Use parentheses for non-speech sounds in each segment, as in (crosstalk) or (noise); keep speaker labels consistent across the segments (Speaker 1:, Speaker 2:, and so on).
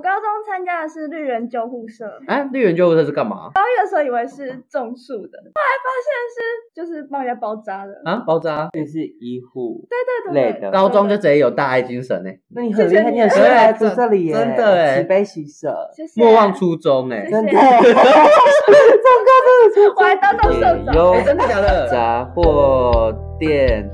Speaker 1: 中参加的是绿人救护社，
Speaker 2: 啊
Speaker 3: 哎，绿人救护车是干嘛
Speaker 1: 高一的时候以为是种树的，后来发现是就是帮人家包扎的。
Speaker 3: 啊？包扎。
Speaker 2: 这是医护，
Speaker 1: 对对
Speaker 2: 累
Speaker 1: 对
Speaker 2: 的
Speaker 1: 对，
Speaker 3: 高中就直接有大爱精神呢、
Speaker 2: 那你很厉
Speaker 1: 谢谢
Speaker 2: 害，
Speaker 1: 你
Speaker 2: 你很适合来住这里耶，
Speaker 3: 真的耶
Speaker 2: 慈悲喜舍，
Speaker 1: 谢谢
Speaker 3: 莫忘初衷哎、
Speaker 1: 谢
Speaker 2: 真的，
Speaker 1: 谢我还当到社长。
Speaker 2: 有
Speaker 3: 哎真的假的？
Speaker 2: 杂货店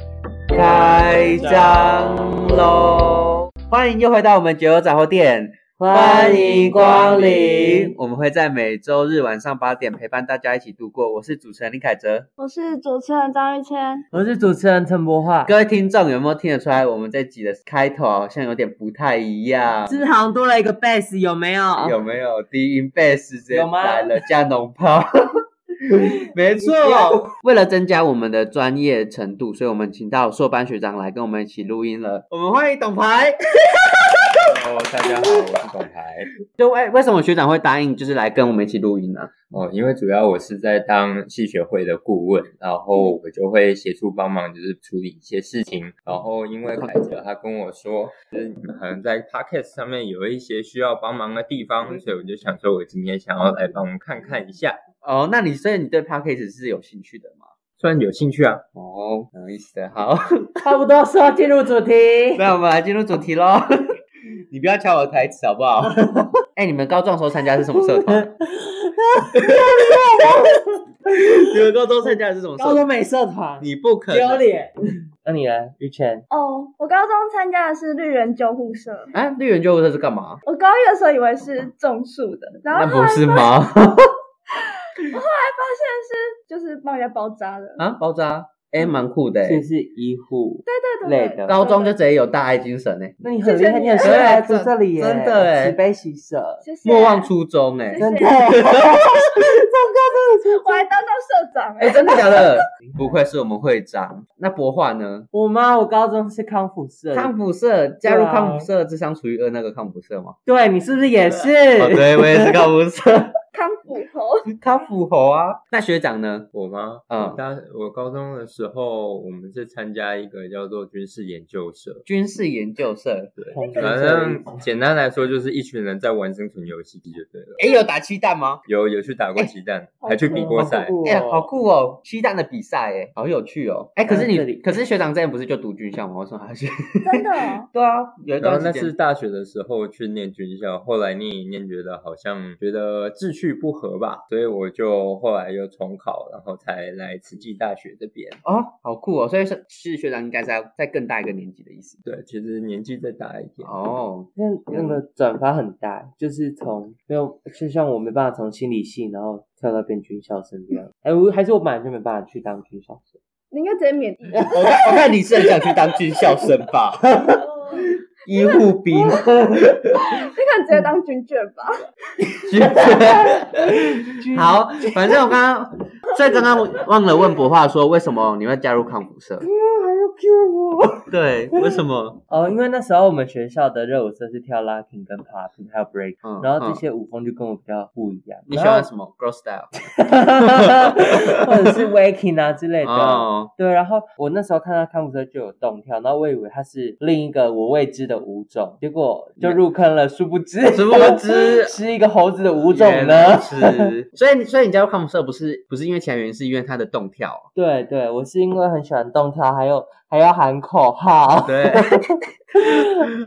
Speaker 2: 开张喽！欢迎又回到我们九九杂货店，欢迎光临。我们会在每周日晚上八点陪伴大家一起度过。我是主持人林凯哲，
Speaker 1: 我是主持人张玉谦，
Speaker 4: 我是主持人陈柏桦，
Speaker 2: 各位听众有没有听得出来，我们这集的开头好像有点不太一样？
Speaker 4: 是好像多了一个 bass，有没有？
Speaker 2: 有没有低音贝斯直接
Speaker 4: 有吗
Speaker 2: 来了加农 (laughs) 炮？没错，为了增加我们的专业程度，所以我们请到硕班学长来跟我们一起录音了。我们欢迎董牌。
Speaker 5: Hello，大哦家好，我是董台。
Speaker 2: 就哎为为什么学长会答应就是来跟我们一起录音呢、
Speaker 5: 哦，因为主要我是在当戏学会的顾问，然后我就会协助帮忙，就是处理一些事情。然后因为凯哲他跟我说，就是你们好像在 podcast 上面有一些需要帮忙的地方，所以我就想说，我今天想要来帮忙看看一下，
Speaker 2: 哦，那你所以你对 podcast 是有兴趣的吗？
Speaker 5: 虽然有兴趣啊。
Speaker 2: 哦，有意思的。好，
Speaker 4: 差不多是要进入主
Speaker 2: (laughs)
Speaker 4: 题。
Speaker 2: 那我们来进入主题喽。 (laughs) 你不要抢我的台词好不好？ (laughs) 哎、你们高中的时候参加的是什么社团？ (laughs) 你们高中参加的是什么社
Speaker 4: 高
Speaker 2: 团？
Speaker 4: 中美社团，
Speaker 2: 你不可
Speaker 4: 丢
Speaker 2: 能。
Speaker 4: 脸。那你呢，玉谦？
Speaker 1: 哦，我高中参加的是绿人救护社，
Speaker 2: 哎、绿人救护车是干嘛？
Speaker 1: 我高一的时候以为是种树的，然后
Speaker 2: 那
Speaker 1: 后
Speaker 2: 不
Speaker 1: 来
Speaker 2: 是吗？
Speaker 1: 发现是就是帮人家包扎的。
Speaker 2: 啊，包扎，哎、蛮酷的、
Speaker 4: 是
Speaker 2: 欸。
Speaker 4: 是医护。
Speaker 1: 对对
Speaker 2: 累
Speaker 1: 对
Speaker 2: 的，
Speaker 1: 对，
Speaker 2: 高中就直接有大爱精神哎、
Speaker 4: 那你很
Speaker 1: 谢谢
Speaker 4: 厉害，
Speaker 1: 你
Speaker 4: 你很适合来住
Speaker 2: 真的
Speaker 4: 这里耶，
Speaker 2: 真的耶
Speaker 4: 慈悲喜舍，
Speaker 1: 谢谢。
Speaker 2: (laughs) 莫忘初衷哎、
Speaker 1: 谢谢
Speaker 4: 真的。
Speaker 1: 我还当到社长
Speaker 2: (laughs) 哎、
Speaker 1: 哎、
Speaker 2: 真的假的？ (laughs) 不愧是我们会长。那博化呢？
Speaker 4: (laughs) 我妈，我高中是康复社。
Speaker 2: 康复社加入
Speaker 4: 对啊
Speaker 2: 康复社，智商除以二那个康复社吗？
Speaker 4: 对你是不是也是？
Speaker 2: 哦，对，我也是康复社，
Speaker 1: 康复猴，
Speaker 2: (laughs) 康复猴啊。那学长呢？
Speaker 5: 我吗？
Speaker 2: 嗯
Speaker 5: 大我高中的时候，我们是参加一个叫做军事研究社。
Speaker 2: 军事研究社，
Speaker 4: 同学
Speaker 5: 反
Speaker 4: 这里
Speaker 5: 正简单来说，就是一群人在玩生存游戏就对了。
Speaker 2: 哎，有打鸡蛋吗？
Speaker 5: 有有去打过鸡蛋，还去比过赛。
Speaker 4: 酷哦
Speaker 2: 哎、好酷哦，鸡蛋的比赛，哎，好有趣哦。哎，可是
Speaker 4: 嗯这
Speaker 2: 你，
Speaker 4: 里
Speaker 2: 可是学长之前不是就读军校吗？我说还 (laughs) 是，
Speaker 1: 真的哦
Speaker 2: 对啊，有一
Speaker 5: 然
Speaker 2: 段
Speaker 5: 后
Speaker 2: 时
Speaker 5: 那
Speaker 2: 间
Speaker 5: 是大学的时候去念军校，后来念一念觉得好像觉得志趣不合吧，所以我就后来又重考，然后才来慈济大学这边。
Speaker 2: 哦，好酷哦，所以是是学长应该是要再更大一个年纪的意思。
Speaker 5: 对，其实年纪再大一点，
Speaker 2: 哦，
Speaker 4: 那那个转发很大，就是从没有，就像我没办法从心理系，然后跳到变军校生这样。哎、我还是我本来就没办法去当军校生。
Speaker 1: (laughs) 你应该直接免疫。
Speaker 2: (laughs) 我看我看你是很想去当军校生吧？ (laughs) 医护兵，
Speaker 1: (laughs) 你可能直接当军眷吧。
Speaker 2: (laughs)
Speaker 4: (laughs)
Speaker 2: 好，反正我刚刚，所以刚刚忘了问博化说为什么你会加入康复社？对，为什么？
Speaker 4: 哦，因为那时候我们学校的热舞社是跳 locking 跟 popping 还有 break，、
Speaker 2: 嗯
Speaker 4: 然后这些舞风就跟我比较不一样。
Speaker 2: 你喜欢什
Speaker 4: (laughs)
Speaker 2: 么？Girl Style
Speaker 4: 然后 (laughs) 或者是 waking 啊之类的。
Speaker 2: 哦，
Speaker 4: 对，然后我那时候看到康复社就有动跳，然后我以为它是另一个我未知的舞种，结果就入坑了，殊不知，
Speaker 2: 殊不知
Speaker 4: (laughs) 是一个猴子的舞种
Speaker 2: 原来
Speaker 4: 呢。
Speaker 2: 是，所以所以你加入康复社不是不是因为其他原因，是因为它的动跳。
Speaker 4: 对对，我是因为很喜欢动跳，还有还要喊口号。 (laughs)
Speaker 2: 对，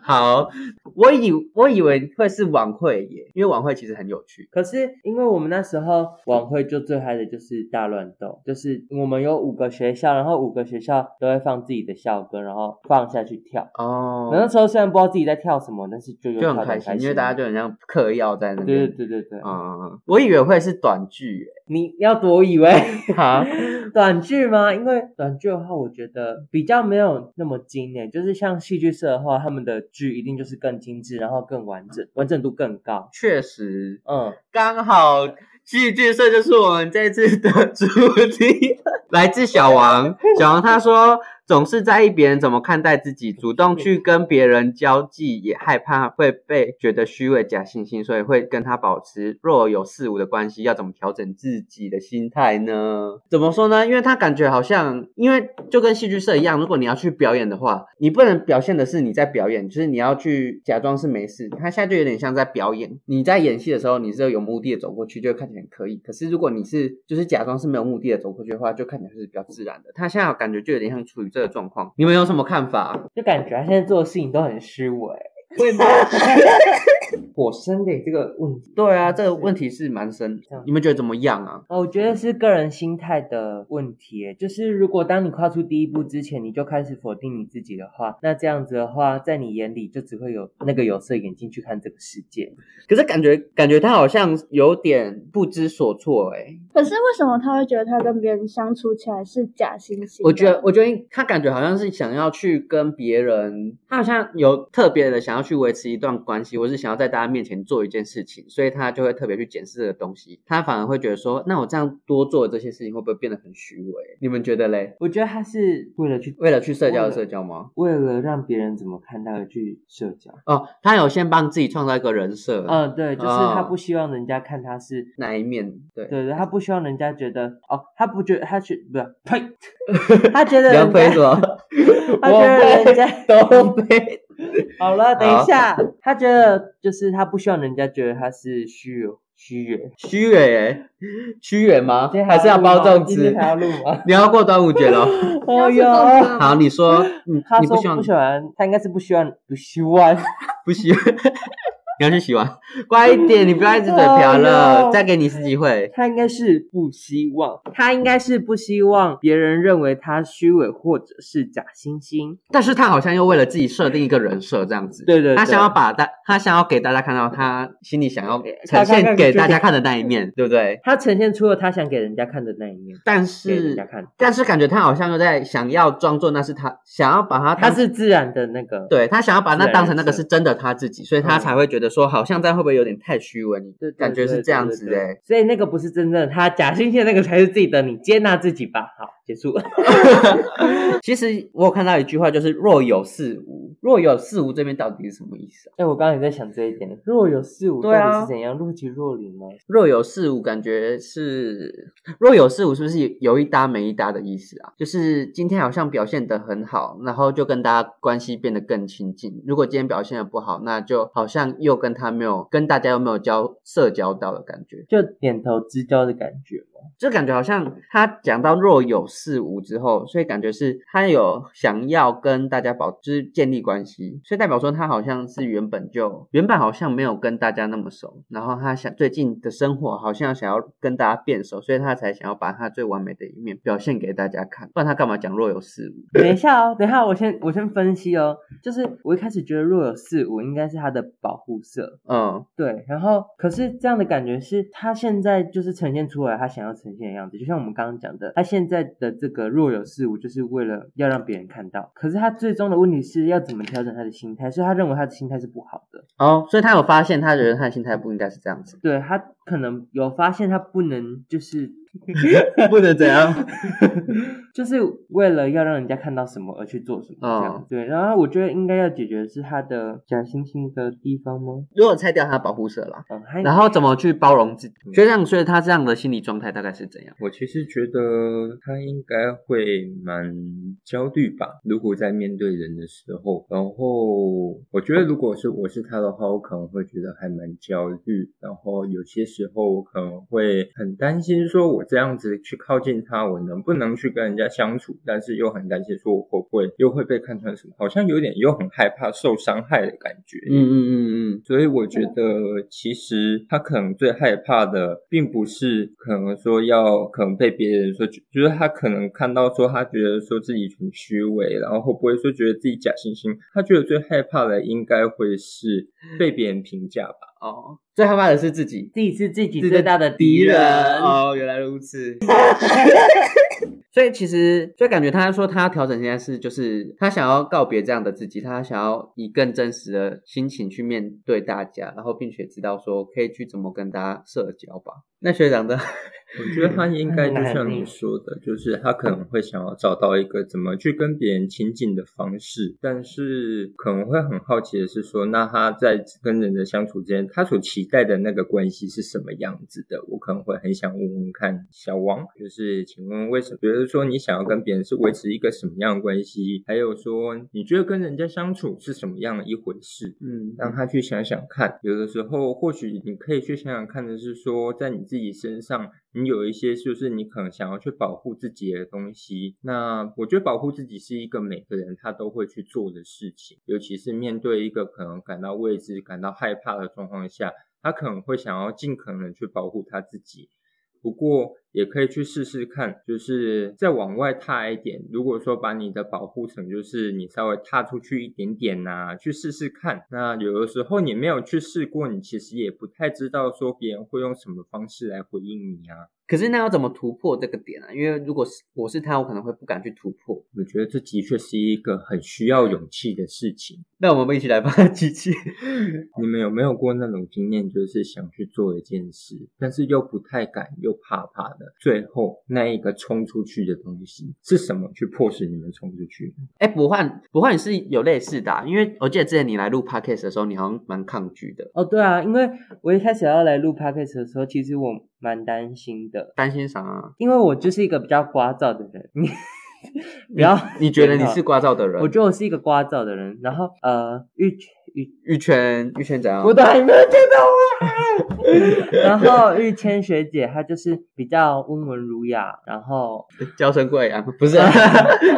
Speaker 2: 好，我以我以为会是晚会耶，因为晚会其实很有趣。
Speaker 4: 可是因为我们那时候晚会就最嗨的就是大乱斗，就是我们有五个学校，然后五个学校都会放自己的校歌，然后放下去跳。
Speaker 2: 哦
Speaker 4: 那时候虽然不知道自己在跳什么，但是就
Speaker 2: 就
Speaker 4: 又跳得
Speaker 2: 很
Speaker 4: 嗯很
Speaker 2: 开
Speaker 4: 心
Speaker 2: 心，，因为大家就很像嗑药在那
Speaker 4: 对
Speaker 2: 边。
Speaker 4: 对对对对，
Speaker 2: 嗯，我以为会是短剧耶，
Speaker 4: 你要多以为。啊
Speaker 2: 好，
Speaker 4: (laughs) 短剧吗？因为短剧的话，我觉得比较没有那么精诶，就是像戏剧社的话，他们的剧一定就是更精致，然后更完整，完整度更高。
Speaker 2: 确实
Speaker 4: 嗯，
Speaker 2: 刚好戏剧社 (laughs) 就是我们这次的主题。来自小王，小王他说。总是在意别人怎么看待自己，主动去跟别人交际，也害怕会被觉得虚伪、假惺惺，所以会跟他保持若有似无的关系。要怎么调整自己的心态呢？怎么说呢？因为他感觉好像，因为就跟戏剧社一样，如果你要去表演的话，你不能表现的是你在表演，就是你要去假装是没事。他现在就有点像在表演。你在演戏的时候，你是有目的的走过去，就会看起来很刻意。可是如果你是就是假装是没有目的的走过去的话，就看起来是比较自然的。他现在感觉就有点像处于这个状况。你们有什么看法？
Speaker 4: 就感觉他现在做的事情都很虚伪。
Speaker 2: 会吗？
Speaker 4: 火生的这个问题，
Speaker 2: (laughs) 对啊，这个问题是蛮深
Speaker 4: 这样。
Speaker 2: 你们觉得怎么样啊？
Speaker 4: 哦，我觉得是个人心态的问题。欸就是如果当你跨出第一步之前，你就开始否定你自己的话，那这样子的话，在你眼里就只会有那个有色眼镜去看这个世界。
Speaker 2: 可是感觉感觉他好像有点不知所措哎、
Speaker 1: 可是为什么他会觉得他跟别人相处起来是假惺惺的？
Speaker 2: 我觉
Speaker 4: 啊
Speaker 2: 得，我觉得他感觉好像是想要去跟别人，他好像有特别的想要去维持一段关系，或是想要在大家面前做一件事情，所以他就会特别去检视这个东西。他反而会觉得说，那我这样多做这些事情会不会变得很虚伪？你们觉得嘞？
Speaker 4: 我觉得他是为了去
Speaker 2: 为了去社交
Speaker 4: 为
Speaker 2: 而
Speaker 4: 了
Speaker 2: 社交吗？
Speaker 4: 为了让别人怎么看待而去社交。
Speaker 2: 哦，他有先帮自己创造一个人设，
Speaker 4: 嗯、对，就是他
Speaker 2: 哦
Speaker 4: 不希望人家看他是
Speaker 2: 那一面对。
Speaker 4: 对对，他不希望人家觉得哦，他不觉得他觉不是呸，
Speaker 2: (laughs)
Speaker 4: 他觉得
Speaker 2: 你要
Speaker 4: 人家
Speaker 2: 飞什
Speaker 4: (laughs)
Speaker 2: 么？
Speaker 4: 他觉得人家
Speaker 2: 都飞。
Speaker 4: 好了，等一下，他觉得就是他不希望人家觉得他是虚有虚伪，
Speaker 2: (laughs) 虚伪欸，虚伪吗？还是要包粽
Speaker 4: 啊今天
Speaker 2: 子？
Speaker 4: 还要录
Speaker 2: (laughs)
Speaker 4: 吗？
Speaker 2: 你要过端午节了。
Speaker 1: 要
Speaker 4: 哦
Speaker 1: 吃粽
Speaker 4: 哟，
Speaker 1: 子吗
Speaker 2: 好，你说，嗯
Speaker 4: 他，
Speaker 2: 你
Speaker 4: 说
Speaker 2: 不希望
Speaker 4: 不喜欢，他应该是不希望不希望。
Speaker 2: 不洗，你要去洗碗，乖一点，你不要一直嘴瓢
Speaker 4: 哎呦
Speaker 2: 了，再给你一次机会。
Speaker 4: 他应该是不希望，他应该是不希望别人认为他虚伪或者是假惺惺。
Speaker 2: 但是他好像又为了自己设定一个人设这样子，
Speaker 4: 对对对
Speaker 2: 他想要把大，他想要给大家看到他心里想要
Speaker 4: 他
Speaker 2: 呈
Speaker 4: 看
Speaker 2: 现
Speaker 4: 看
Speaker 2: 给
Speaker 4: 就
Speaker 2: 大
Speaker 4: 给
Speaker 2: 家看的那一面，对不对？
Speaker 4: 他呈现出了他想给人家看的那一面，
Speaker 2: 但
Speaker 4: 给人家
Speaker 2: 是，
Speaker 4: 看，
Speaker 2: 但是感觉他好像又在想要装作那是他，想要把他
Speaker 4: 他
Speaker 2: 当
Speaker 4: 是自然的那个。
Speaker 2: 对他想要把那当成那个是真的他自己，所以他
Speaker 4: 嗯
Speaker 2: 才会觉得说好像这样会不会有点太虚伪？你
Speaker 4: 对对
Speaker 2: 感觉是这样子
Speaker 4: 对对
Speaker 2: 哎
Speaker 4: 对，所以那个不是真正的他，假惺惺的那个才是自己的你，接纳自己吧。好，结束。
Speaker 2: (laughs) 其实我有看到一句话，就是若有似无，若有似无这边到底是什么意思啊？
Speaker 4: 哎、我刚刚也在想这一点，若有似无到
Speaker 2: 对啊
Speaker 4: 底是怎样，若即若离吗？
Speaker 2: 若有似无，感觉是若有似无，是不是有一搭没一搭的意思啊？就是今天好像表现得很好，然后就跟大家关系变得更亲近。如果今天表现得不好，那就好像又跟他没有跟大家又没有交社交到的感觉。
Speaker 4: 就点头之交的感觉吗？
Speaker 2: 就感觉好像他讲到若有似无之后，所以感觉是他有想要跟大家保，就是建立关系，所以代表说他好像是原本就原本好像没有跟大家那么熟，然后他想最近的生活好像想要跟大家变熟，所以他才想要把他最完美的一面表现给大家看，不然他干嘛讲若有似无？
Speaker 4: (laughs) 等一下哦，等一下，我先我先分析哦。就是我一开始觉得若有似无应该是他的保护色，
Speaker 2: 嗯，
Speaker 4: 对。然后可是这样的感觉是他现在就是呈现出来他想要呈现的样子，就像我们刚刚讲的，他现在的这个若有似无就是为了要让别人看到。可是他最终的问题是要怎么调整他的心态，所以他认为他的心态是不好的。，
Speaker 2: 哦，所以他有发现，他觉得他的心态不应该是这样 (laughs) 子
Speaker 4: 对他可能有发现，他不能就是
Speaker 2: 不能怎样？
Speaker 4: 就是为了要让人家看到什么而去做什么这样。
Speaker 2: 嗯
Speaker 4: 对，然后我觉得应该要解决的是他的假惺惺的地方吗？
Speaker 2: 如果拆掉他的保护色啦，
Speaker 4: 嗯，还
Speaker 2: 然后怎么去包容自己？学长，所以他这样的心理状态大概是怎样？
Speaker 5: 我其实觉得他应该会蛮焦虑吧，如果在面对人的时候，然后我觉得如果是我是他的话，我可能会觉得还蛮焦虑，然后有些时候我可能会很担心，说我这样子去靠近他，我能不能去跟人家相处？但是又很担心说我会不会又会被看穿什么，好像有点又很害怕受伤害的感觉。
Speaker 2: 嗯嗯嗯嗯，
Speaker 5: 所以我觉得，其实他可能最害怕的，并不是可能说要可能被别人说，就就是他可能看到说他觉得说自己很虚伪，然后会不会说觉得自己假惺惺？他觉得最害怕的应该会是被别人评价吧。
Speaker 2: 哦，最害怕的是自己，
Speaker 4: 自己是自己
Speaker 2: 自己
Speaker 4: 最大的敌人。
Speaker 2: 哦，原来如此。所以其实，所以感觉他说他要调整现在是，就是他想要告别这样的自己，他想要以更真实的心情去面对大家，然后并且知道说可以去怎么跟大家社交吧。那学长的， (laughs)
Speaker 5: 我觉得他应该就像你说的，就是他可能会想要找到一个怎么去跟别人亲近的方式，但是可能会很好奇的是说，那他在跟人的相处之间，他所期待的那个关系是什么样子的？我可能会很想问问看小王，就是请问为什么？比如说你想要跟别人是维持一个什么样的关系？还有说你觉得跟人家相处是什么样的一回事？
Speaker 2: 嗯
Speaker 5: 让他去想想看。有的时候，或许你可以去想想看的是说，在你自己身上，你有一些就是你可能想要去保护自己的东西。那我觉得保护自己是一个每个人他都会去做的事情，尤其是面对一个可能感到未知、感到害怕的状况下，他可能会想要尽可能去保护他自己。不过也可以去试试看，就是再往外踏一点。如果说把你的保护层，就是你稍微踏出去一点点呐、去试试看。那有的时候你没有去试过，你其实也不太知道说别人会用什么方式来回应你啊。
Speaker 2: 可是那要怎么突破这个点啊？因为如果是我是他，我可能会不敢去突破。
Speaker 5: 我觉得这的确是一个很需要勇气的事情。
Speaker 2: 那我们一起来帮他机器。
Speaker 5: 你们有没有过那种经验，就是想去做一件事，但是又不太敢，又怕怕的，最后那一个冲出去的东西是什么去迫使你们冲出去？
Speaker 2: 哎，不换不换，你是有类似的、啊，因为我记得之前你来录 podcast 的时候，你好像蛮抗拒的，
Speaker 4: 哦，对啊，因为我一开始要来录 podcast 的时候，其实我蛮担心的，
Speaker 2: 担心啥、啊？
Speaker 4: 因为我就是一个比较聒噪的人。 (laughs) 你不要，
Speaker 2: 你觉得你是？聒噪的人？
Speaker 4: 啊我觉得我是一个聒噪的人。然后呃，玉玉，
Speaker 2: 玉泉，玉泉怎样？
Speaker 4: 我的还没有听到我。 (laughs) 然后玉谦学姐她就是比较温文儒雅，然后
Speaker 2: 娇生贵
Speaker 4: (laughs)
Speaker 2: 阳，不是、 (laughs)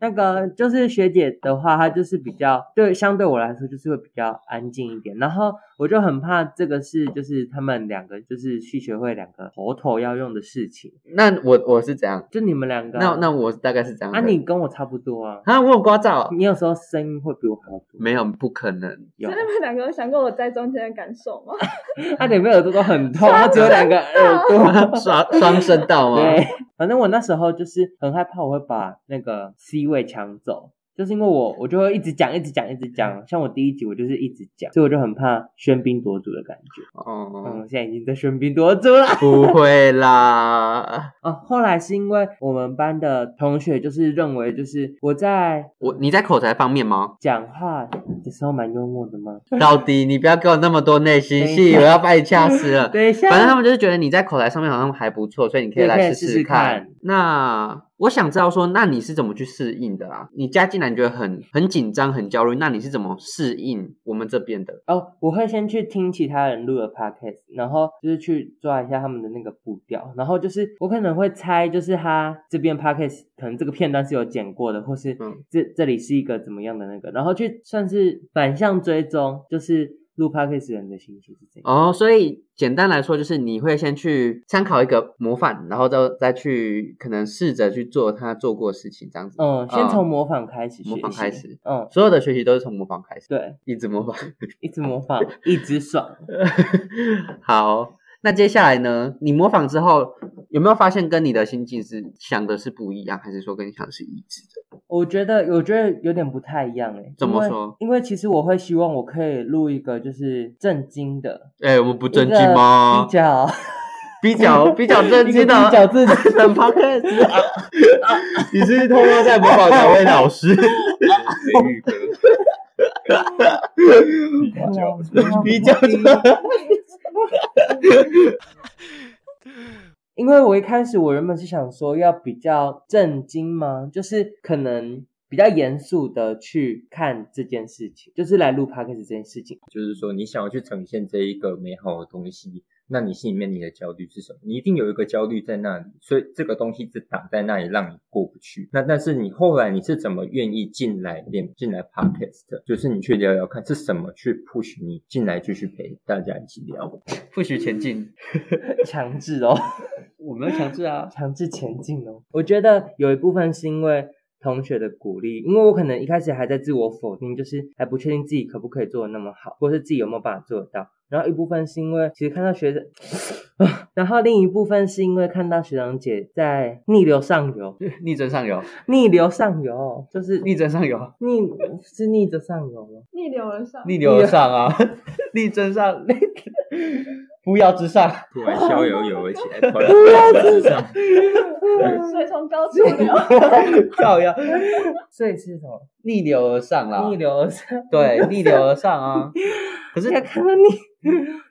Speaker 4: 那个就是学姐的话，她就是比较对，相对我来说就是会比较安静一点。然后我就很怕这个是就是他们两个就是系学会两个头头要用的事情，
Speaker 2: 那我我是怎样？
Speaker 4: 就你们两个
Speaker 2: 那
Speaker 4: 啊。
Speaker 2: 那我大概是怎样的？
Speaker 4: 啊，你跟我差不多啊，
Speaker 2: 啊，我有聒噪？
Speaker 4: 你有时候声音会比我还要多。
Speaker 2: 没有，不可能。 (laughs)
Speaker 4: 有，
Speaker 1: 所以你们两个有想过我在中间的感受吗？
Speaker 4: (laughs) 啊，你们耳朵都很 (laughs) 痛，他只有两个耳朵。 (laughs)
Speaker 2: 双双声道吗？
Speaker 4: 对，反正我那时候就是很害怕，我会把那个 C 位抢走，就是因为我我就会一直讲，一直讲，一直讲。像我第一集我就是一直讲，所以我就很怕喧宾夺主的感觉。
Speaker 2: 哦，
Speaker 4: 嗯，现在已经在喧宾夺主了。 (laughs)
Speaker 2: 不会啦，
Speaker 4: 啊，后来是因为我们班的同学就是认为，就是我在
Speaker 2: 我你在口才方面
Speaker 4: (laughs)
Speaker 2: 吗？
Speaker 4: 讲话的时候蛮幽默的吗？
Speaker 2: 到底你不要给我那么多内心
Speaker 4: 等一
Speaker 2: 戏，
Speaker 4: 下
Speaker 2: 我要把你掐死了。
Speaker 4: 等一下，
Speaker 2: 反正他们就是觉得你在口才上面好像还不错，所以你可以
Speaker 4: 对啊可
Speaker 2: 来
Speaker 4: 以
Speaker 2: 试
Speaker 4: 试
Speaker 2: 试
Speaker 4: 试看
Speaker 2: 看。那我想知道说，那你是怎么去适应的啊？你加进来你觉得很很紧张、很焦虑，那你是怎么适应我们这边的？
Speaker 4: 哦，我会先去听其他人录的 podcast，然后就是去抓一下他们的那个步调，然后就是我可能会猜，就是他这边 podcast 可能这个片段是有剪过的，或是
Speaker 2: 嗯
Speaker 4: 这这里是一个怎么样的那个，然后去算是反向追踪，就是录 podcast 人的心情是怎样。
Speaker 2: 哦，所以简单来说，就是你会先去参考一个模范，然后再再去可能试着去做他做过的事情，这样子。
Speaker 4: 嗯，先从
Speaker 2: 嗯
Speaker 4: 模仿开始学习，
Speaker 2: 模仿开始
Speaker 4: 嗯，
Speaker 2: 所有的学习都是从模仿开始，
Speaker 4: 对，
Speaker 2: 一直模仿。
Speaker 4: 一直模仿，一直爽。
Speaker 2: (laughs) 好，那接下来呢？你模仿之后有没有发现跟你的心境是想的是不一样，还是说跟你想的是一致的？
Speaker 4: 我觉得，我觉得有点不太一样诶。
Speaker 2: 怎么
Speaker 4: 因为
Speaker 2: 说
Speaker 4: 因为其实我会希望我可以录一个就是正经的，
Speaker 2: 哎、我们不
Speaker 4: 一个比
Speaker 2: (laughs)
Speaker 4: 较
Speaker 2: 比较比较正经
Speaker 4: 一个比较
Speaker 2: 的。
Speaker 4: 正经
Speaker 2: 很 p o d 你是偷偷在模仿哪位老师？
Speaker 5: 对玉哥，
Speaker 2: (laughs) 比 (laughs) 较
Speaker 4: 因为我一开始我原本是想说要比较震惊吗？就是可能比较严肃的去看这件事情，就是来录 podcast 这件事情。 (laughs)
Speaker 5: 就是说你想要去呈现这一个美好的东西，那你心里面你的焦虑是什么？你一定有一个焦虑在那里，所以这个东西是挡在那里让你过不去。那但是你后来你是怎么愿意进来练进来 podcast 的？就是你去聊聊看是什么去 push 你进来继续陪大家一起聊。
Speaker 2: 不许前进，
Speaker 4: 强制哦，
Speaker 2: 我没有强制啊。
Speaker 4: 强制前进哦。我觉得有一部分是因为同学的鼓励，因为我可能一开始还在自我否定，就是还不确定自己可不可以做的那么好，或是自己有没有办法做得到。然后一部分是因为其实看到学长， (laughs) 然后另一部分是因为看到学长姐在逆流上游，
Speaker 2: 逆增上游，
Speaker 4: 逆流上游就是
Speaker 2: 逆增上游，
Speaker 4: 逆是逆着上游吗？
Speaker 1: 逆流而上，
Speaker 2: 逆流而上
Speaker 4: (laughs)
Speaker 2: 啊，逆增上， (laughs) 扶摇直
Speaker 4: (laughs)
Speaker 2: 上，
Speaker 5: 突然逍遥游起来，突然到地上，
Speaker 1: 所以从高处
Speaker 2: (laughs)
Speaker 1: 流。
Speaker 2: 跳呀，
Speaker 4: 所以是什么？
Speaker 2: 逆流而上啦，
Speaker 4: 逆流而上。
Speaker 2: 对，逆流而上啊。可 (laughs) 是
Speaker 4: (laughs) 也看到逆，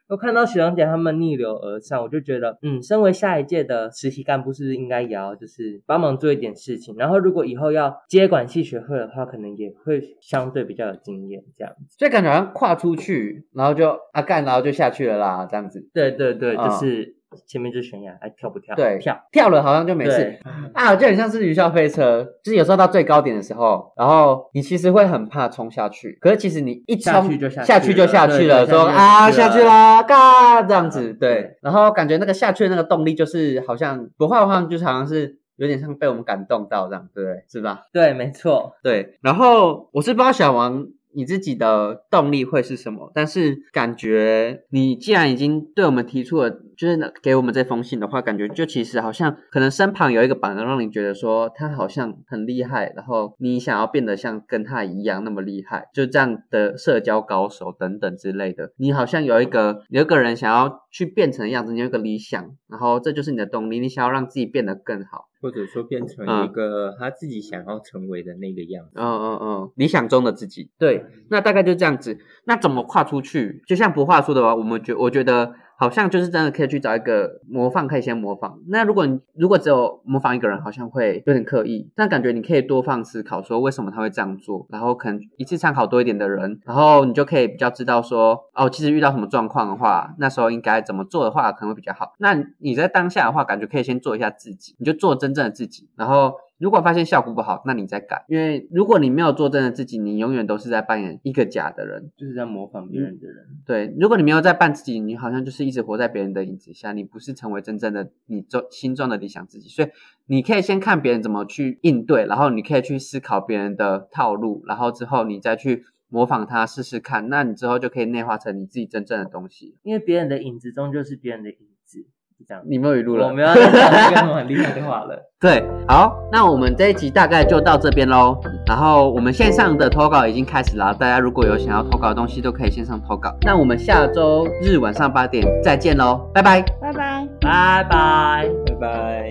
Speaker 4: 我看到学长姐他们逆流而上，我就觉得，嗯，身为下一届的实习干部，是不是应该也要就是帮忙做一点事情？然后如果以后要接管系学会的话，可能也会相对比较有经验这样子。
Speaker 2: 所以感觉好像跨出去，然后就啊干，然后就下去了啦，这样子。
Speaker 4: 对对对，
Speaker 2: 嗯
Speaker 4: 就是前面就是悬崖，哎，跳不跳？
Speaker 2: 对
Speaker 4: 跳。
Speaker 2: 跳了好像就没事
Speaker 4: 对，
Speaker 2: 啊，就很像是云霄飞车，就是有时候到最高点的时候，然后你其实会很怕冲下去，可是其实你一冲
Speaker 4: 下去就下去
Speaker 2: 下去就下去了，
Speaker 4: 对对
Speaker 2: 说
Speaker 4: 下去就
Speaker 2: 啊
Speaker 4: 下
Speaker 2: 下
Speaker 4: 去
Speaker 2: 去
Speaker 4: 了
Speaker 2: 啦，嘎这样子，
Speaker 4: 嗯
Speaker 2: 对
Speaker 4: 对。
Speaker 2: 然后感觉那个下去的那个动力就是好像不画好像就是好像是有点像被我们感动到这样，对不对？是吧？
Speaker 4: 对，没错。
Speaker 2: 对，然后我是不知道小王你自己的动力会是什么，但是感觉你既然已经对我们提出了，就是给我们这封信的话，感觉就其实好像可能身旁有一个榜样，让你觉得说他好像很厉害，然后你想要变得像跟他一样那么厉害，就这样的社交高手等等之类的，你好像有一个有一个人想要去变成的样子，你有一个理想，然后这就是你的动力，你想要让自己变得更好。
Speaker 5: 或者说变成一个他自己想要成为的那个样子。
Speaker 2: 嗯嗯嗯，理想中的自己。对，那大概就这样子。那怎么跨出去？就像不话说的话，我们觉我觉得好像就是真的可以去找一个模仿，可以先模仿。那如果你如果只有模仿一个人，好像会有点刻意，但感觉你可以多方思考，说为什么他会这样做，然后可能一次参考多一点的人，然后你就可以比较知道说，哦，其实遇到什么状况的话，那时候应该怎么做的话可能会比较好。那你在当下的话，感觉可以先做一下自己，你就做真正的自己，然后如果发现效果不好，那你再改。因为如果你没有做真的自己，你永远都是在扮演一个假的人。
Speaker 4: 就是在模仿别人的人，
Speaker 2: 对，如果你没有在扮自己，你好像就是一直活在别人的影子下，你不是成为真正的你中心中的理想自己。所以你可以先看别人怎么去应对，然后你可以去思考别人的套路，然后之后你再去模仿他试试看，那你之后就可以内化成你自己真正的东西。
Speaker 4: 因为别人的影子终究是别人的影子，就这样。
Speaker 2: 你没有语啊录了，
Speaker 4: 我们要再讲一个很厉害的话了。
Speaker 2: (laughs) 对，好，那我们这一集大概就到这边喽。然后我们线上的投稿已经开始了，大家如果有想要投稿的东西，都可以线上投稿。那我们下周日晚上八点再见喽，拜拜。
Speaker 1: 拜拜。
Speaker 4: 拜拜。
Speaker 5: 拜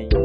Speaker 5: 拜。